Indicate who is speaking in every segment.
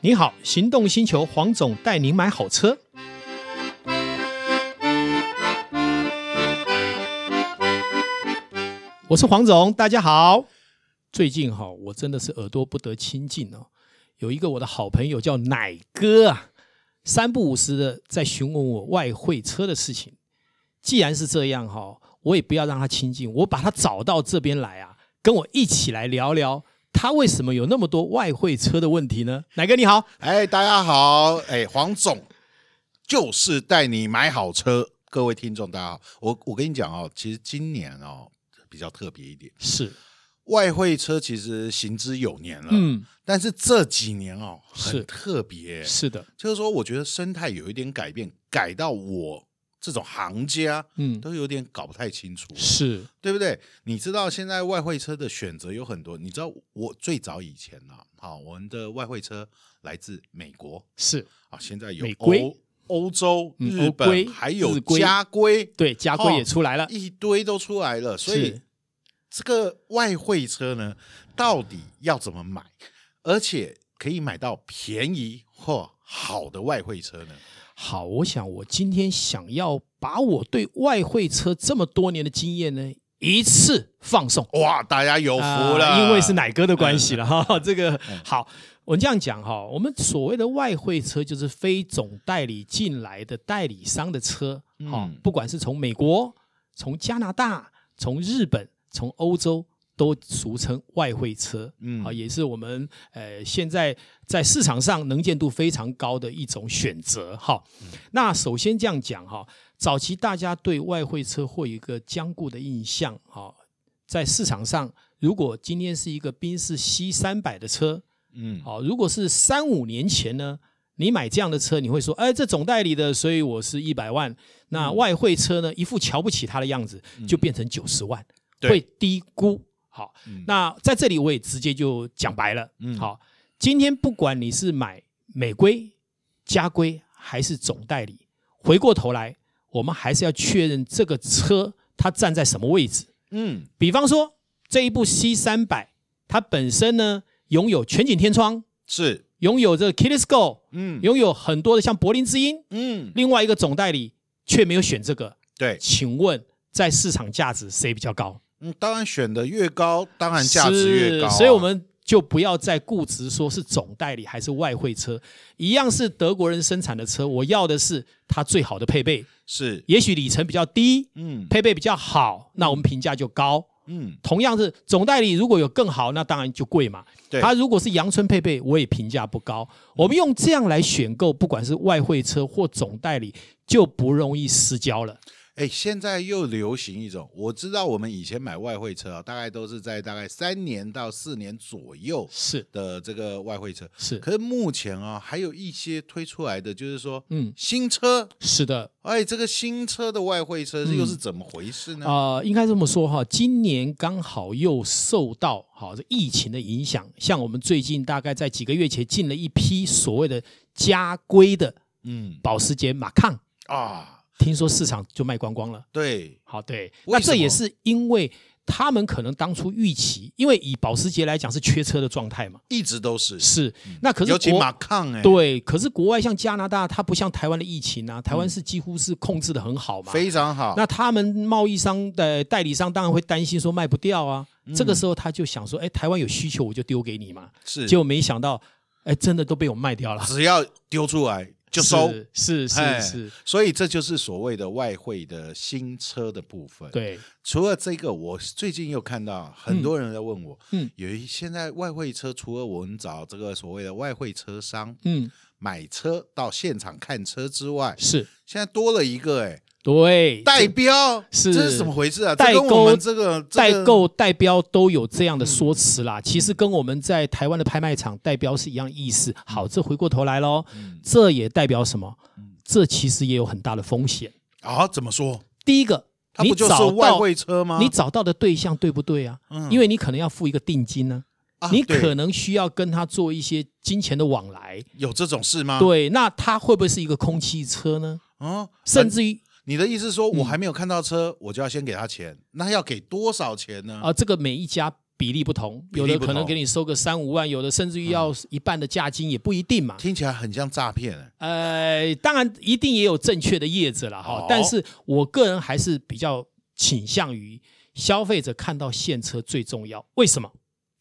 Speaker 1: 你好，行动星球黄总带您买好车。我是黄总，大家好。最近哈、我真的是耳朵不得清净哦。有一个我的好朋友叫奶哥啊，三不五时的在询问我外汇车的事情。既然是这样哈、我也不要让他亲近，我把他找到这边来啊，跟我一起来聊聊他为什么有那么多外汇车的问题呢？奶哥你好，
Speaker 2: 哎，大家好，哎，黄总就是带你买好车。各位听众，大家好，我我跟你讲哦，其实今年哦比较特别一点，
Speaker 1: 是，
Speaker 2: 外汇车其实行之有年了，
Speaker 1: 嗯，
Speaker 2: 但是这几年哦
Speaker 1: 是
Speaker 2: 很特别，
Speaker 1: 是的，
Speaker 2: 就是说我觉得生态有一点改变，改到我这种行家
Speaker 1: 嗯，
Speaker 2: 都有点搞不太清楚，
Speaker 1: 是，
Speaker 2: 对不对？你知道现在外汇车的选择有很多，你知道我最早以前呢、好，我们的外汇车来自美国。
Speaker 1: 是
Speaker 2: 啊，现在有
Speaker 1: 美
Speaker 2: 欧
Speaker 1: 规
Speaker 2: 欧洲、
Speaker 1: 嗯
Speaker 2: 日
Speaker 1: 欧规
Speaker 2: 本，还有
Speaker 1: 日规
Speaker 2: 家规，哦
Speaker 1: 对，家规也出来了，
Speaker 2: 一堆都出来了。所以
Speaker 1: 是
Speaker 2: 这个外汇车呢，到底要怎么买？而且可以买到便宜或好的外汇车呢？
Speaker 1: 好，我想我今天想要把我对外汇车这么多年的经验呢，一次放送。
Speaker 2: 哇，大家有福了，嗯
Speaker 1: 啊因为是奶哥的关系了哈、这个好，我这样讲哈，我们所谓的外汇车就是非总代理进来的代理商的车，哈、
Speaker 2: 嗯
Speaker 1: 不管是从美国、从加拿大、从日本、从欧洲，都俗称外汇车。
Speaker 2: 嗯
Speaker 1: 啊，也是我们呃现在在市场上能见度非常高的一种选择哈。那首先这样讲哈，早期大家对外汇车会有一个坚固的印象哈，在市场上，如果今天是一个宾士 C 三百的车，
Speaker 2: 嗯，
Speaker 1: 好，如果是三五年前呢，你买这样的车，你会说，哎，这总代理的，所以我是一百万。
Speaker 2: 嗯
Speaker 1: 那外汇车呢，一副瞧不起他的样子，就变成九十万，
Speaker 2: 对
Speaker 1: 会低估。好，
Speaker 2: 嗯
Speaker 1: 那在这里我也直接就讲白了。
Speaker 2: 嗯
Speaker 1: 好，今天不管你是买美规、家规还是总代理，回过头来，我们还是要确认这个车它站在什么位置。
Speaker 2: 嗯
Speaker 1: 比方说这一部 C 三百，它本身呢拥有全景天窗，
Speaker 2: 是，
Speaker 1: 拥有这 Kilisco，
Speaker 2: 嗯
Speaker 1: 拥有很多的像柏林之音，
Speaker 2: 嗯，
Speaker 1: 另外一个总代理却没有选这个，
Speaker 2: 对，
Speaker 1: 请问在市场价值谁比较高？
Speaker 2: 嗯，当然选的越高，当然价值越高啊、
Speaker 1: 是所以我们就不要再固执说是总代理还是外汇车，一样是德国人生产的车，我要的是它最好的配备，
Speaker 2: 是，
Speaker 1: 也许里程比较低，
Speaker 2: 嗯
Speaker 1: 配备比较好，那我们评价就高。
Speaker 2: 嗯，
Speaker 1: 同样是总代理，如果有更好，那当然就贵嘛。
Speaker 2: 对，
Speaker 1: 它如果是阳春配备，我也评价不高。我们用这样来选购，不管是外汇车或总代理，就不容易失焦了。
Speaker 2: 哎，现在又流行一种，我知道我们以前买外汇车啊，大概都是在大概三年到四年左右
Speaker 1: 是
Speaker 2: 的这个外汇车。
Speaker 1: 是
Speaker 2: 可是目前啊，还有一些推出来的，就是说，
Speaker 1: 嗯，
Speaker 2: 新车，
Speaker 1: 是的，
Speaker 2: 哎，这个新车的外汇车又是
Speaker 1: 嗯
Speaker 2: 怎么回事呢？
Speaker 1: 呃，应该这么说哈，今年刚好又受到好这疫情的影响，像我们最近大概在几个月前进了一批所谓的家规的
Speaker 2: 嗯
Speaker 1: 保时捷马抗，
Speaker 2: 啊，
Speaker 1: 听说市场就卖光光了。
Speaker 2: 对，
Speaker 1: 好，对，那
Speaker 2: 为什
Speaker 1: 这
Speaker 2: 么
Speaker 1: 也是因为他们可能当初预期，因为以保时捷来讲是缺车的状态嘛，
Speaker 2: 一直都是，
Speaker 1: 是。那可是
Speaker 2: 嗯尤其
Speaker 1: 国
Speaker 2: 马抗，哎，
Speaker 1: 对，可是国外像加拿大，它不像台湾的疫情啊，台湾是几乎是控制的很好嘛。
Speaker 2: 嗯非常好。
Speaker 1: 那他们贸易商的、呃代理商当然会担心说卖不掉啊，
Speaker 2: 嗯
Speaker 1: 这个时候他就想说，哎，台湾有需求我就丢给你嘛，
Speaker 2: 是，
Speaker 1: 结果没想到，哎，真的都被我卖掉了，
Speaker 2: 只要丢出来就收，
Speaker 1: 是是是
Speaker 2: 哎
Speaker 1: 是，
Speaker 2: 所以这就是所谓的外汇的新车的部分。
Speaker 1: 对，
Speaker 2: 除了这个，我最近又看到很多人在问我，
Speaker 1: 嗯
Speaker 2: 有一现在外汇车，除了我们找这个所谓的外汇车商
Speaker 1: 嗯，
Speaker 2: 买车到现场看车之外，
Speaker 1: 是
Speaker 2: 现在多了一个哎、
Speaker 1: 对，
Speaker 2: 代标，
Speaker 1: 是
Speaker 2: 这是怎么回事啊？
Speaker 1: 代
Speaker 2: 这
Speaker 1: 购
Speaker 2: 跟我们这个
Speaker 1: 代，
Speaker 2: 这个嗯
Speaker 1: 购代标都有这样的说辞啦，其实跟我们在台湾的拍卖场代标是一样意
Speaker 2: 嗯
Speaker 1: 思。好，这回过头来喽，这也代表什么？
Speaker 2: 嗯
Speaker 1: 这其实也有很大的风险。
Speaker 2: 啊，怎么说？
Speaker 1: 第一个，
Speaker 2: 它
Speaker 1: 你
Speaker 2: 不就是
Speaker 1: 找
Speaker 2: 外
Speaker 1: 到
Speaker 2: 汇车吗？嗯
Speaker 1: 你找到的对象对不对啊？因为你可能要付一个定金呢、
Speaker 2: 啊
Speaker 1: 你
Speaker 2: 对
Speaker 1: 可能需要跟他做一些金钱的往来。
Speaker 2: 有这种事吗？
Speaker 1: 对，那他会不会是一个空气车呢？
Speaker 2: 啊，
Speaker 1: 甚至于
Speaker 2: 你的
Speaker 1: 嗯
Speaker 2: 意思是说我还没有看到车，我就要先给他钱？那要给多少钱呢？
Speaker 1: 啊啊、这个每一家比例不同，
Speaker 2: 比例
Speaker 1: 有的可
Speaker 2: 不
Speaker 1: 能
Speaker 2: 同嗯
Speaker 1: 给你收个三五万，有的甚至于要一半的价金也不一定嘛。
Speaker 2: 听起来很像诈骗、欸。
Speaker 1: 呃，当然一定也有正确的叶子了哈
Speaker 2: 好，
Speaker 1: 但是我个人还是比较倾向于消费者看到现车最重要。为什么？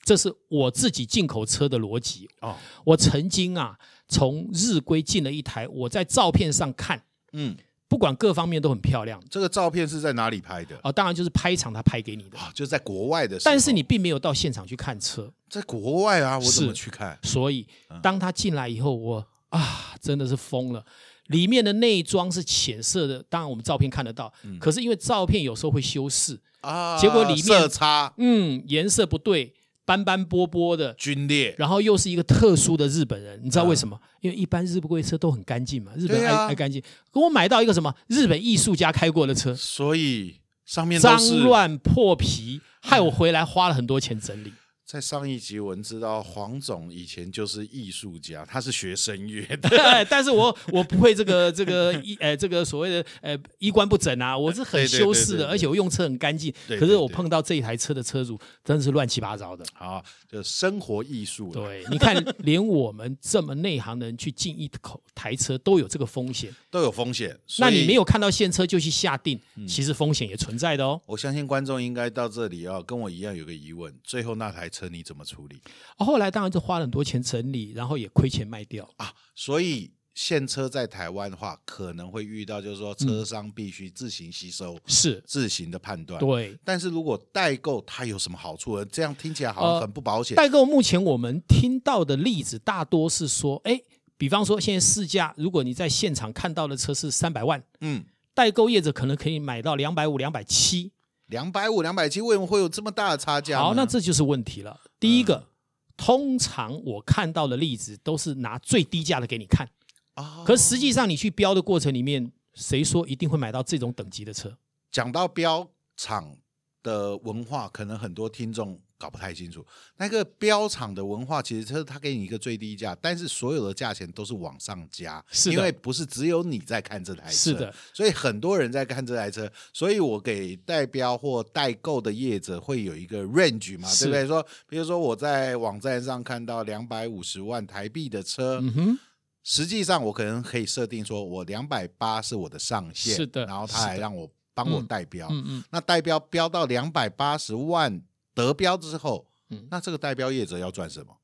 Speaker 1: 这是我自己进口车的逻辑。
Speaker 2: 哦，
Speaker 1: 我曾经啊，从日规进了一台，我在照片上看，
Speaker 2: 嗯，
Speaker 1: 不管各方面都很漂亮
Speaker 2: 这个照片是在哪里拍的？
Speaker 1: 啊、当然就是拍场他拍给你的，
Speaker 2: 啊，就是在国外的时候。
Speaker 1: 但是你并没有到现场去看车，
Speaker 2: 在国外啊，我怎么
Speaker 1: 是
Speaker 2: 去看？
Speaker 1: 所以
Speaker 2: 嗯
Speaker 1: 当他进来以后，我啊真的是疯了。里面的内装是浅色的，当然我们照片看得到，
Speaker 2: 嗯
Speaker 1: 可是因为照片有时候会修饰，
Speaker 2: 啊，
Speaker 1: 结果里面
Speaker 2: 色差
Speaker 1: 嗯，颜色不对，斑斑驳驳的，
Speaker 2: 皲裂，
Speaker 1: 然后又是一个特殊的日本人，你知道为什么？因为一般日不规车都很干净嘛，日本
Speaker 2: 嗯对
Speaker 1: 爱、
Speaker 2: 啊
Speaker 1: 爱干净。可我买到一个什么日本艺术家开过的车，
Speaker 2: 所以上面都
Speaker 1: 脏
Speaker 2: 是。
Speaker 1: 乱破皮，害我回来花了很多钱整理。
Speaker 2: 在上一集我们知道黄总以前就是艺术家，他是学声乐 的。
Speaker 1: 哎但是我我不会这个这个衣呃这个所谓的呃衣冠不整啊，我是很
Speaker 2: 对对
Speaker 1: 修饰
Speaker 2: 对对
Speaker 1: 的，
Speaker 2: 对
Speaker 1: 而且我用车很干净。
Speaker 2: 对
Speaker 1: 可是
Speaker 2: 对
Speaker 1: 我
Speaker 2: 对
Speaker 1: 碰到这一台车的车主真的是乱七八糟的。
Speaker 2: 好，就生活艺术了，
Speaker 1: 对，你看，连我们这么内行的人去进一口台车都有这个风险，
Speaker 2: 都有风险。
Speaker 1: 那你没
Speaker 2: 有？
Speaker 1: 有看到现车就去下定，
Speaker 2: 嗯
Speaker 1: 其实风险也存在的哦。
Speaker 2: 我相信观众应该到这里啊，跟我一样有个疑问：最后那台车你怎么处理
Speaker 1: 哦后来当然就花了很多钱整理，然后也亏钱卖掉。
Speaker 2: 啊？所以现车在台湾的话，可能会遇到就是说
Speaker 1: 嗯
Speaker 2: 车商必须自行吸收、
Speaker 1: 是，
Speaker 2: 自行的判断。
Speaker 1: 对。
Speaker 2: 但是如果代购它有什么好处呢？这样听起来好像
Speaker 1: 呃
Speaker 2: 很不保险。
Speaker 1: 代购目前我们听到的例子大多是说，哎，比方说现在市价，如果你在现场看到的车是三百万，
Speaker 2: 嗯，
Speaker 1: 代购业者可能可以买到两百五、两百七。
Speaker 2: 两百五、两百七，为什么会有这么大的差价呢？
Speaker 1: 好，那这就是问题了。第一个，通常我看到的例子都是拿最低价的给你看，
Speaker 2: 啊，
Speaker 1: 可实际上你去标的过程里面，谁说一定会买到这种等级的车？
Speaker 2: 讲到标厂的文化，可能很多听众搞不太清楚。那个标厂的文化，其实它它给你一个最低价，但是所有的价钱都是往上加，
Speaker 1: 是的
Speaker 2: 因为不是只有你在看这台车，
Speaker 1: 哎是的，
Speaker 2: 所以很多人在看这台车。所以我给代标或代购的业者会有一个 range 嘛，
Speaker 1: 是
Speaker 2: 对不对？说，比如说我在网站上看到两百五十万台币的车，
Speaker 1: 嗯哼，
Speaker 2: 实际上我可能可以设定说，我两百八是我的上限，
Speaker 1: 是的
Speaker 2: 然后他
Speaker 1: 是
Speaker 2: 还
Speaker 1: 的
Speaker 2: 让我帮我代标，
Speaker 1: 嗯嗯，
Speaker 2: 那代标标到两百八十万得标之后，
Speaker 1: 嗯
Speaker 2: 那这个代标业者要赚什么？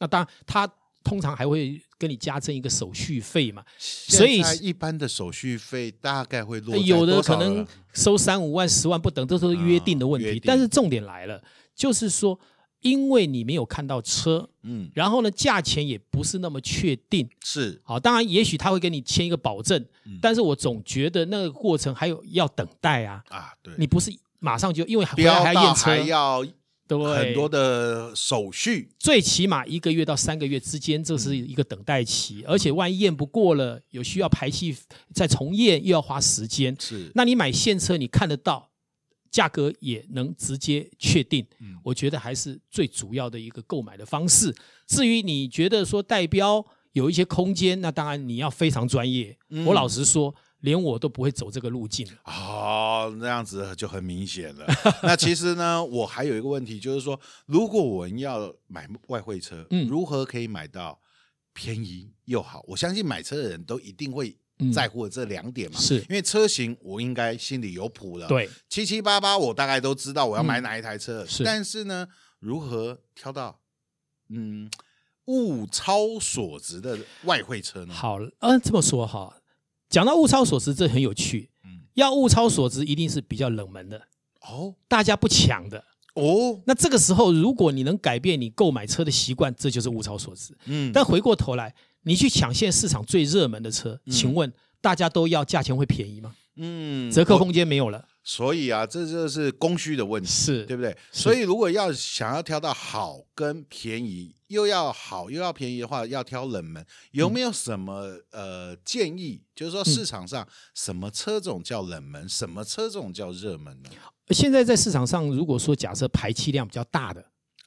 Speaker 1: 那当然，他通常还会跟你加征一个手续费嘛，所以
Speaker 2: 现在一般的手续费大概会落在
Speaker 1: 呃有的
Speaker 2: 多
Speaker 1: 可
Speaker 2: 少
Speaker 1: 能
Speaker 2: 呢
Speaker 1: 收三五万、十万不等，这都是约定的问
Speaker 2: 啊约
Speaker 1: 题。
Speaker 2: 定
Speaker 1: 但是重点来了，就是说，因为你没有看到车，
Speaker 2: 嗯
Speaker 1: 然后呢，价钱也不是那么确定。
Speaker 2: 是
Speaker 1: 好，当然，也许他会给你签一个保证，
Speaker 2: 嗯
Speaker 1: 但是我总觉得那个过程还有要等待啊，
Speaker 2: 啊，对，
Speaker 1: 你不是马上就因为回来
Speaker 2: 标
Speaker 1: 还
Speaker 2: 到
Speaker 1: 要
Speaker 2: 还
Speaker 1: 验车，
Speaker 2: 要
Speaker 1: 对，
Speaker 2: 很多的手续，
Speaker 1: 最起码一个月到三个月之间，这是
Speaker 2: 嗯
Speaker 1: 一个等待期，而且万一验不过了，有需要排气再重验，又要花时间。
Speaker 2: 是
Speaker 1: 那你买现车，你看得到，价格也能直接确定。
Speaker 2: 嗯
Speaker 1: 我觉得还是最主要的一个购买的方式。至于你觉得说代标有一些空间，那当然你要非常专业。
Speaker 2: 嗯
Speaker 1: 我老实说，连我都不会走这个路径。
Speaker 2: 哦，那样子就很明显了。那其实呢，我还有一个问题，就是说，如果我们要买外汇车，
Speaker 1: 嗯
Speaker 2: 如何可以买到便宜又好？我相信买车的人都一定会
Speaker 1: 嗯
Speaker 2: 在乎这两点嘛，
Speaker 1: 是
Speaker 2: 因为车型我应该心里有谱了，，
Speaker 1: 对，嗯
Speaker 2: 七七八八我大概都知道我要买哪一台车，
Speaker 1: 是
Speaker 2: 但是呢，如何挑到嗯物超所值的外汇车呢？
Speaker 1: 好，嗯、这么说哈，讲到物超所值，这很有趣。
Speaker 2: 嗯
Speaker 1: 要物超所值，一定是比较冷门的，
Speaker 2: 哦
Speaker 1: 大家不抢的。
Speaker 2: 哦，
Speaker 1: 那这个时候，如果你能改变你购买车的习惯，这就是物超所值。
Speaker 2: 嗯，
Speaker 1: 但回过头来，你去抢现在市场最热门的车，
Speaker 2: 嗯
Speaker 1: 请问大家都要，价钱会便宜吗？
Speaker 2: 嗯
Speaker 1: 折扣
Speaker 2: 我
Speaker 1: 空间没有了，
Speaker 2: 所以啊，这就是供需的问题，
Speaker 1: 是
Speaker 2: 对不对？所以如果要想要挑到好跟便宜，又要好又要便宜的话，要挑冷
Speaker 1: 嗯
Speaker 2: 门。有没有什么、呃建议？就是说市场上什么车种叫冷门，什么车种叫热门呢？
Speaker 1: 现在在市场上，如果说假设排气量比较大的，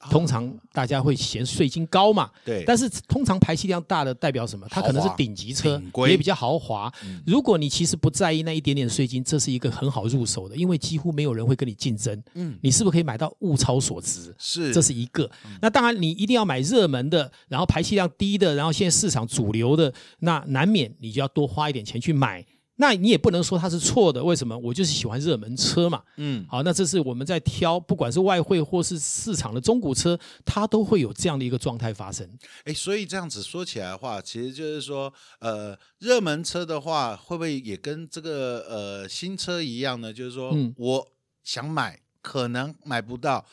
Speaker 1: 通常大家会嫌税金高嘛，
Speaker 2: 啊哦对，
Speaker 1: 但是通常排气量大的代表什么？它可能是顶级
Speaker 2: 豪华
Speaker 1: 车
Speaker 2: 顶，规嗯
Speaker 1: 也比较豪华。如果你其实不在意那一点点税金，这是一个很好入手的，因为几乎没有人会跟你竞争。
Speaker 2: 嗯，
Speaker 1: 你是不是可以买到物超所值？
Speaker 2: 是嗯
Speaker 1: 这是一个。那当然，你一定要买热门的，然后排气量低的，然后现在市场主流的，那难免你就要多花一点钱去买。那你也不能说它是错的，为什么？我就是喜欢热门车嘛。
Speaker 2: 嗯
Speaker 1: 好，那这是我们在挑，不管是外汇或是市场的中古车，它都会有这样的一个状态发生。
Speaker 2: 哎，所以这样子说起来的话，其实就是说，呃，热门车的话，会不会也跟这个呃新车一样呢？就是说，
Speaker 1: 嗯
Speaker 2: 我想买，可能买不到，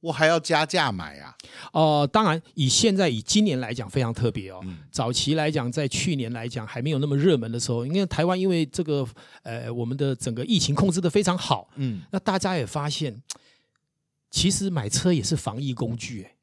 Speaker 2: 我还要加价买啊。
Speaker 1: 哦、当然，以现在以今年来讲非常特别哦。
Speaker 2: 嗯
Speaker 1: 早期来讲，在去年来讲还没有那么热门的时候，因为台湾因为这个呃我们的整个疫情控制的非常好，
Speaker 2: 嗯
Speaker 1: 那大家也发现，其实买车也是防疫工具。哎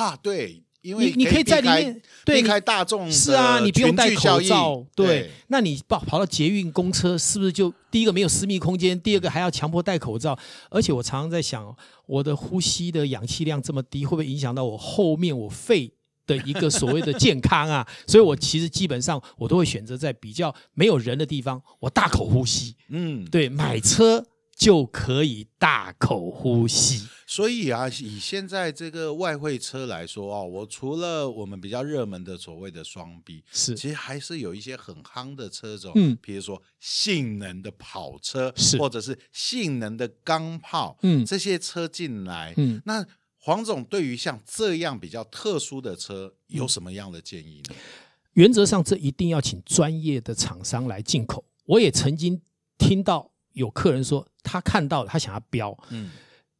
Speaker 2: 啊，对，因为
Speaker 1: 你你可以
Speaker 2: 避
Speaker 1: 在里
Speaker 2: 开
Speaker 1: 面对
Speaker 2: 避
Speaker 1: 你
Speaker 2: 开大众
Speaker 1: 是啊，
Speaker 2: 的
Speaker 1: 你不用
Speaker 2: 群
Speaker 1: 戴
Speaker 2: 聚
Speaker 1: 口
Speaker 2: 效应
Speaker 1: 罩，对
Speaker 2: 对，，
Speaker 1: 那你跑跑到捷运、公车，是不是就第一个没有私密空间，第二个还要强迫戴口罩？而且我常常在想，我的呼吸的氧气量这么低，会不会影响到我后面我肺？的一个所谓的健康啊， 所以我其实基本上我都会选择在比较没有人的地方，我大口呼吸。
Speaker 2: 嗯，
Speaker 1: 对，买车就可以大口呼吸。
Speaker 2: 所以啊，以现在这个外汇车来说哦，我除了我们比较热门的所谓的双 B，
Speaker 1: 是
Speaker 2: 其实还是有一些很夯的车种，
Speaker 1: 嗯
Speaker 2: 比如说性能的跑车，
Speaker 1: 是
Speaker 2: 或者是性能的钢炮，
Speaker 1: 嗯
Speaker 2: 这些车进来，
Speaker 1: 嗯，
Speaker 2: 那黄总对于像这样比较特殊的车
Speaker 1: 嗯
Speaker 2: 有什么样的建议呢？
Speaker 1: 原则上这一定要请专业的厂商来进口。我也曾经听到有客人说，他看到了他想要标，
Speaker 2: 嗯，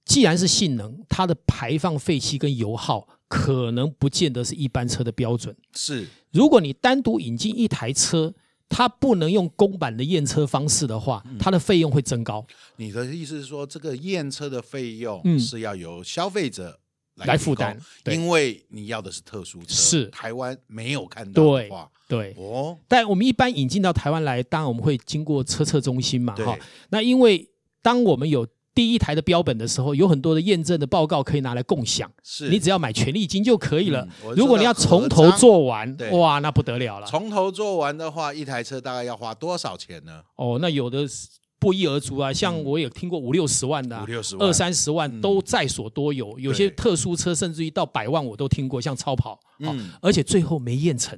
Speaker 1: 既然是性能，它的排放废气跟油耗可能不见得是一般车的标准。
Speaker 2: 是
Speaker 1: 如果你单独引进一台车，它不能用公版的验车方式的话，它的费用会增高
Speaker 2: 你的意思是说，这个验车的费用
Speaker 1: 嗯
Speaker 2: 是要由消费者来
Speaker 1: 来
Speaker 2: 提
Speaker 1: 负
Speaker 2: 供
Speaker 1: 担。对
Speaker 2: 因为你要的是特殊车，
Speaker 1: 是
Speaker 2: 台湾没有看到的话，
Speaker 1: 对，
Speaker 2: 哦，
Speaker 1: 但我们一般引进到台湾来，当然我们会经过车测中心嘛，
Speaker 2: 对
Speaker 1: 哈。那因为当我们有第一台的标本的时候，有很多的验证的报告可以拿来共享。
Speaker 2: 是
Speaker 1: 你只要买权利金就可以了
Speaker 2: 嗯我。知道
Speaker 1: 如果你要从头做完
Speaker 2: 对，
Speaker 1: 哇，那不得了了。
Speaker 2: 从头做完的话，一台车大概要花多少钱呢？
Speaker 1: 哦，那有的是不一而足啊，像我也听过五六十万的、
Speaker 2: 嗯五
Speaker 1: 啊。
Speaker 2: 六十万，
Speaker 1: 二三十万
Speaker 2: 嗯
Speaker 1: 都在所多有，有些
Speaker 2: 对
Speaker 1: 特殊车甚至于到百万我都听过，像超跑，哦、
Speaker 2: 嗯，
Speaker 1: 而且最后没验成，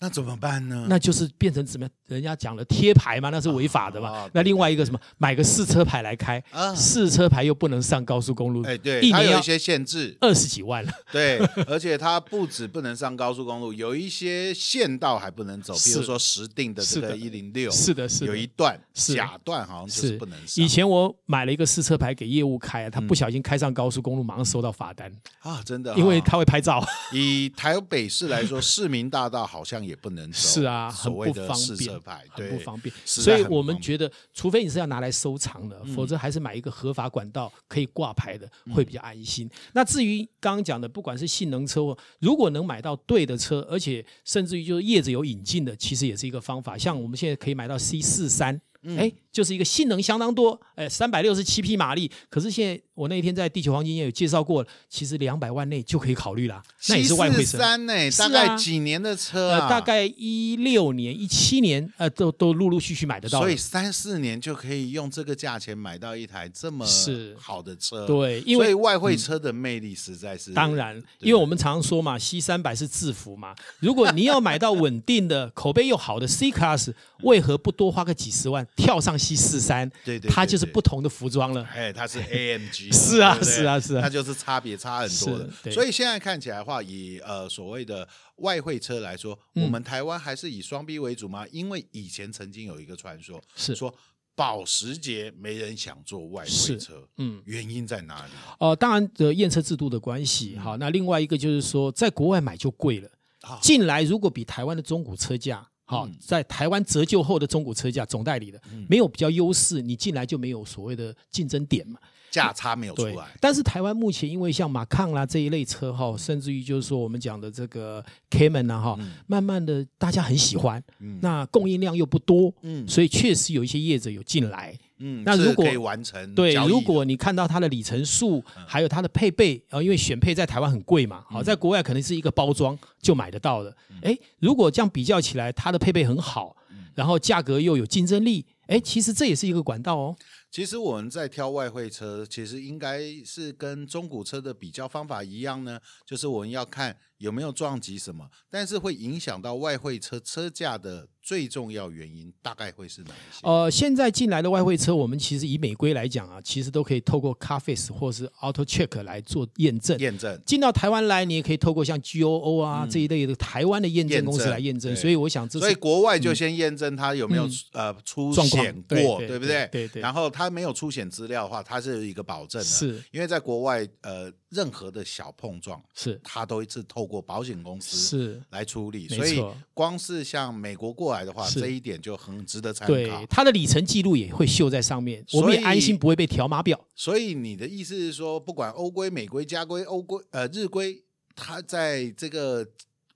Speaker 2: 那怎么办呢？
Speaker 1: 那就是变成怎么样？人家讲了贴牌嘛，那是违法的嘛。
Speaker 2: 啊
Speaker 1: 那
Speaker 2: 对
Speaker 1: 另外一个什么，买个试车牌来开，
Speaker 2: 啊，
Speaker 1: 试车牌又不能上高速公路，
Speaker 2: 哎，对，
Speaker 1: 一
Speaker 2: 它
Speaker 1: 年
Speaker 2: 有
Speaker 1: 要，
Speaker 2: 一些限制
Speaker 1: 二十几万了。
Speaker 2: 对， 而且它不止不能上高速公路，有一些县道还不能走，比如
Speaker 1: 是
Speaker 2: 说石定的这
Speaker 1: 是
Speaker 2: 个
Speaker 1: 的
Speaker 2: 一零六，
Speaker 1: 是的，是的，
Speaker 2: 有一段
Speaker 1: 是
Speaker 2: 甲段好像就是不能上
Speaker 1: 以前我买了一个试车牌给业务开啊，他不小心开上高速公路，马上收到罚单，
Speaker 2: 嗯啊，真的哈，
Speaker 1: 因为他会拍照。
Speaker 2: 以台北市来 说，市民大道好像也不能走，
Speaker 1: 是啊，很
Speaker 2: 所
Speaker 1: 不
Speaker 2: 谓的
Speaker 1: 方
Speaker 2: 试车
Speaker 1: 便
Speaker 2: 牌，，
Speaker 1: 很
Speaker 2: 对，
Speaker 1: 不方便。
Speaker 2: 实在
Speaker 1: 所以
Speaker 2: 很不
Speaker 1: 我们
Speaker 2: 方嗯
Speaker 1: 觉得，除非你是要拿来收藏的，否则还是买一个合法管道可以挂牌的，会比较安心。那至于刚刚讲的，不管是性能车或，如果能买到对的车，而且甚至于就是业者有引进的，其实也是一个方法。像我们现在可以买到 C 四三。
Speaker 2: 嗯
Speaker 1: 哎，就是一个性能相当多，哎，三百六十七匹马力。可是现在我那天在地球黄金也有介绍过，其实两百万内就可以考虑啦。那也是外汇车。
Speaker 2: 三呢，
Speaker 1: 是
Speaker 2: 大
Speaker 1: 啊
Speaker 2: 概几年的车啊？
Speaker 1: 呃，大概一六年、一七年，呃，都都陆陆续续买得到了。
Speaker 2: 所以三四年就可以用这个价钱买到一台这么
Speaker 1: 是
Speaker 2: 好的车，，
Speaker 1: 对，因
Speaker 2: 呃所
Speaker 1: 为
Speaker 2: 以外汇车的魅力实在是
Speaker 1: 当然，因为我们常说嘛，C 三百是制服嘛。如果你要买到稳定的、口碑又好的 C
Speaker 2: 嗯
Speaker 1: Class，为何不多花个几十万跳上 C 四三？
Speaker 2: 对对对
Speaker 1: 它就是
Speaker 2: 对
Speaker 1: 不同的服装了。
Speaker 2: 哎，它是 AMG，了
Speaker 1: 是啊
Speaker 2: 对不对
Speaker 1: 是啊是啊
Speaker 2: 它就是差别差很多
Speaker 1: 是。
Speaker 2: 的
Speaker 1: 对
Speaker 2: 所以现在看起来的话，以呃所谓的外汇车来说，我
Speaker 1: 嗯
Speaker 2: 们台湾还是以双 B 为主吗？因为以前曾经有一个传说，
Speaker 1: 是
Speaker 2: 说保时捷没人想做外汇
Speaker 1: 是
Speaker 2: 车，
Speaker 1: 嗯，
Speaker 2: 原因在哪里？
Speaker 1: 哦、当然的，验车制度的关系。好，那另外一个就是说，在国外买就贵了，
Speaker 2: 嗯啊
Speaker 1: 进来如果比台湾的中古车价。好
Speaker 2: 嗯，
Speaker 1: 在台湾折旧后的中古车价，总代理的没有比较优势，你进来就没有所谓的竞争点嘛。
Speaker 2: 价差没有出
Speaker 1: 对
Speaker 2: 来，，嗯
Speaker 1: 但是台湾目前因为像马抗啦这一类车哈，甚至于就是说我们讲的这个 Cayman 啊哈，慢慢的大家很喜欢，
Speaker 2: 嗯
Speaker 1: 那供应量又不多，
Speaker 2: 嗯
Speaker 1: 所以确实有一些业者有进来。
Speaker 2: 嗯，
Speaker 1: 那
Speaker 2: 是
Speaker 1: 如果
Speaker 2: 可以完成
Speaker 1: 对
Speaker 2: 交，易
Speaker 1: 如
Speaker 2: 的嗯
Speaker 1: 果你看到它的里程数，还有它的配备，啊、因为选配在台湾很贵嘛，好、在国外可能是一个包装就买得到的。
Speaker 2: 嗯
Speaker 1: 哎、如果这样比较起来，它的配备很好，然后价格又有竞争力，哎，其实这也是一个管道哦。
Speaker 2: 其实我们在挑外汇车，其实应该是跟中古车的比较方法一样呢，就是我们要看有没有撞击什么，但是会影响到外汇车车价的最重要原因，大概会是哪一些？
Speaker 1: 呃，现在进来的外汇车，我们其实以美规来讲啊，其实都可以透过 Carfax 或是 Auto Check 来做验证。
Speaker 2: 验证
Speaker 1: 进到台湾来，你也可以透过像 GOO 啊、这一类的台湾的验证公司来验证，
Speaker 2: 验证
Speaker 1: 所以我想这
Speaker 2: 所以
Speaker 1: 是
Speaker 2: 国外就先验证它有没有、
Speaker 1: 嗯
Speaker 2: 呃出
Speaker 1: 状况
Speaker 2: 险过，
Speaker 1: 对对
Speaker 2: 不
Speaker 1: 对
Speaker 2: 对？
Speaker 1: 对对
Speaker 2: 然后它没有出险资料的话，它是有一个保证的。
Speaker 1: 是
Speaker 2: 因为在国外，呃，任何的小碰撞，
Speaker 1: 是
Speaker 2: 它都是透过保险公司
Speaker 1: 是，
Speaker 2: 来处理，
Speaker 1: 没
Speaker 2: 所以
Speaker 1: 错
Speaker 2: 光是像美国过来的话，
Speaker 1: 是
Speaker 2: 这一点就很值得参
Speaker 1: 对
Speaker 2: 考。
Speaker 1: 它的里程记录也会秀在上面，我
Speaker 2: 所
Speaker 1: 们
Speaker 2: 以
Speaker 1: 也安心不会被调码表。
Speaker 2: 所以你的意思是说，不管欧规、美规、加规、欧规呃日规，它在这个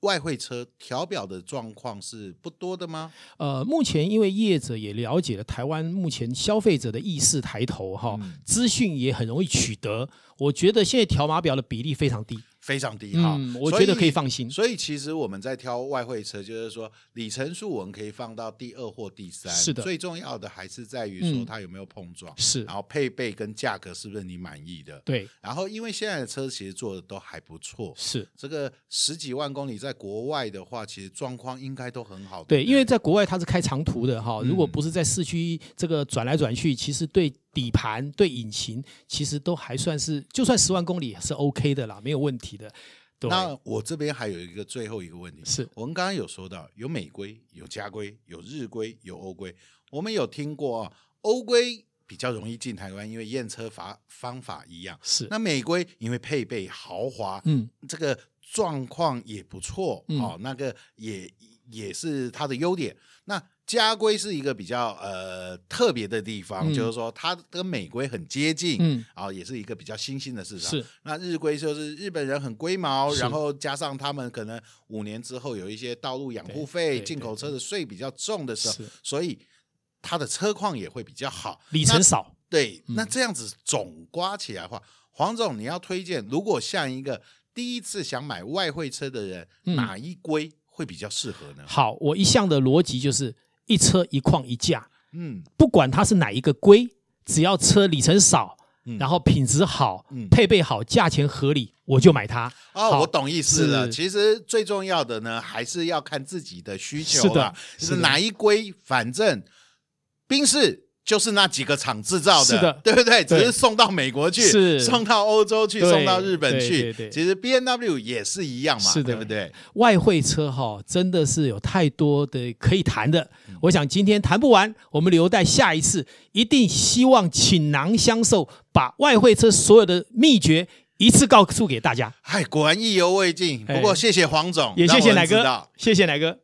Speaker 2: 外汇车调表的状况是不多的吗？
Speaker 1: 呃，目前因为业者也了解了台湾目前消费者的意识抬头哈，
Speaker 2: 嗯
Speaker 1: 资讯也很容易取得，我觉得现在调码表的比例非常低。
Speaker 2: 非常低哈、
Speaker 1: 嗯，我觉得可以放心。
Speaker 2: 所以其实我们在挑外汇车，就是说里程数我们可以放到第二或第三，
Speaker 1: 是的
Speaker 2: 最重要的还是在于说
Speaker 1: 嗯
Speaker 2: 它有没有碰撞，
Speaker 1: 是
Speaker 2: 然后配备跟价格是不是你满意的。
Speaker 1: 对，
Speaker 2: 然后因为现在的车其实做的都还不错，
Speaker 1: 是。
Speaker 2: 这个十几万公里在国外的话，其实状况应该都很好。
Speaker 1: 对，
Speaker 2: 不
Speaker 1: 因为在国外它是开长途的哈，
Speaker 2: 嗯
Speaker 1: 如果不是在市区这个转来转去，其实对底盘、对引擎，其实都还算是，就算十万公里也是 OK 的啦，没有问题的。对，
Speaker 2: 那我这边还有一个最后一个问题，
Speaker 1: 是
Speaker 2: 我们刚刚有说到有美规、有加规、有日规、有欧规，我们有听过啊，欧规比较容易进台湾，因为验车法方法一样。
Speaker 1: 是，
Speaker 2: 那美规因为配备豪华，
Speaker 1: 嗯，
Speaker 2: 这个状况也不错，
Speaker 1: 嗯
Speaker 2: 哦，那个也也是它的优点。那家规是一个比较呃特别的地方，
Speaker 1: 嗯
Speaker 2: 就是说它跟美规很接近，
Speaker 1: 嗯，
Speaker 2: 啊、也是一个比较新兴的市场。
Speaker 1: 是
Speaker 2: 那日规就是日本人很龟毛，
Speaker 1: 是
Speaker 2: 然后加上他们可能五年之后有一些道路养护
Speaker 1: 对
Speaker 2: 费、
Speaker 1: 对
Speaker 2: 进口车的税比较重的时候
Speaker 1: 是，
Speaker 2: 所以它的车况也会比较好。
Speaker 1: 里程少。
Speaker 2: 对，
Speaker 1: 嗯
Speaker 2: 那这样子总刮起来的话，黄总你要推荐，如果像一个第一次想买外汇车的人，
Speaker 1: 嗯
Speaker 2: 哪一规会比较适合呢？
Speaker 1: 好，我一向的逻辑就是一车一况一价，
Speaker 2: 嗯，
Speaker 1: 不管它是哪一个规，只要车里程少，
Speaker 2: 嗯
Speaker 1: 然后品质好，
Speaker 2: 嗯
Speaker 1: 配备好，价钱合理，我就买它。
Speaker 2: 哦，
Speaker 1: 好
Speaker 2: 我懂意思了。
Speaker 1: 是
Speaker 2: 其实最重要的呢，还是要看自己的需
Speaker 1: 是
Speaker 2: 求
Speaker 1: 的
Speaker 2: 啦，
Speaker 1: 是
Speaker 2: 就是
Speaker 1: 的
Speaker 2: 哪一规，反正宾士。就是那几个厂制造的，
Speaker 1: 是的
Speaker 2: 对不对？只
Speaker 1: 对
Speaker 2: 是送到美国去，
Speaker 1: 是
Speaker 2: 送到欧洲去，
Speaker 1: 对
Speaker 2: 送到日本
Speaker 1: 对
Speaker 2: 去
Speaker 1: 对。对
Speaker 2: 其实 B N W 也是一样嘛，
Speaker 1: 是的
Speaker 2: 对不对？
Speaker 1: 外汇车哈、真的是有太多的可以谈的。
Speaker 2: 嗯
Speaker 1: 我想今天谈不完，我们留待下一次。一定希望倾囊相授，把外汇车所有的秘诀一次告诉给大家。
Speaker 2: 哎，果然意犹未尽。
Speaker 1: 啊哎
Speaker 2: 不过谢谢黄总，
Speaker 1: 也谢
Speaker 2: 让我
Speaker 1: 谢
Speaker 2: 们
Speaker 1: 奶
Speaker 2: 知道
Speaker 1: 哥，谢谢奶哥。